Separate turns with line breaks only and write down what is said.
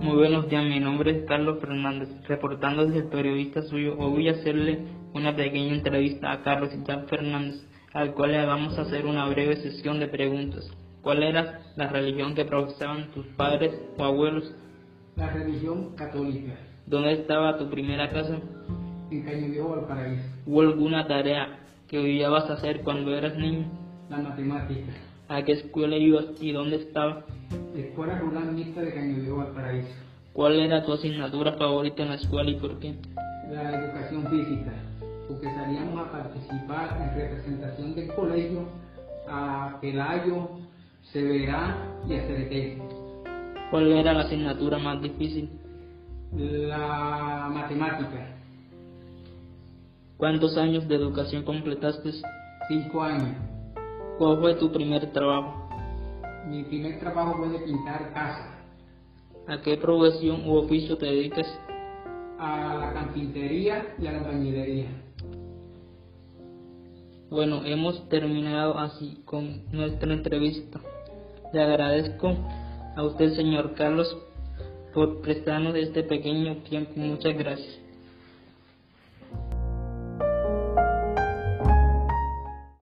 Muy buenos días, mi nombre es Carlos Fernández, reportando desde el periodista suyo. Hoy voy a hacerle una pequeña entrevista a Carlos Jan Fernández, al cual le vamos a hacer una breve sesión de preguntas. ¿Cuál era la religión que profesaban tus padres o abuelos?
La religión católica,
¿Dónde estaba tu primera casa?
en Caño Viejo Valparaíso.
¿Hubo alguna tarea que odiabas hacer cuando eras niño?
La matemática,
¿A qué escuela ibas y dónde estaba?
Escuela Rural Mixta de Caño Viejo Valparaíso.
¿Cuál era tu asignatura favorita en la escuela y por qué?
La educación física, porque salíamos a participar en representación del colegio a Pelayo, Severá y a Cereté.
¿Cuál era la asignatura más difícil?
La matemática,
¿Cuántos años de educación completaste?
cinco años.
¿Cuál fue tu primer trabajo?
Mi primer trabajo fue de pintar casas,
¿A qué profesión u oficio te dedicas?
a la carpintería y a la albañilería.
Bueno, hemos terminado así con nuestra entrevista. Le agradezco a usted, señor Carlos, por prestarnos este pequeño tiempo. Muchas gracias.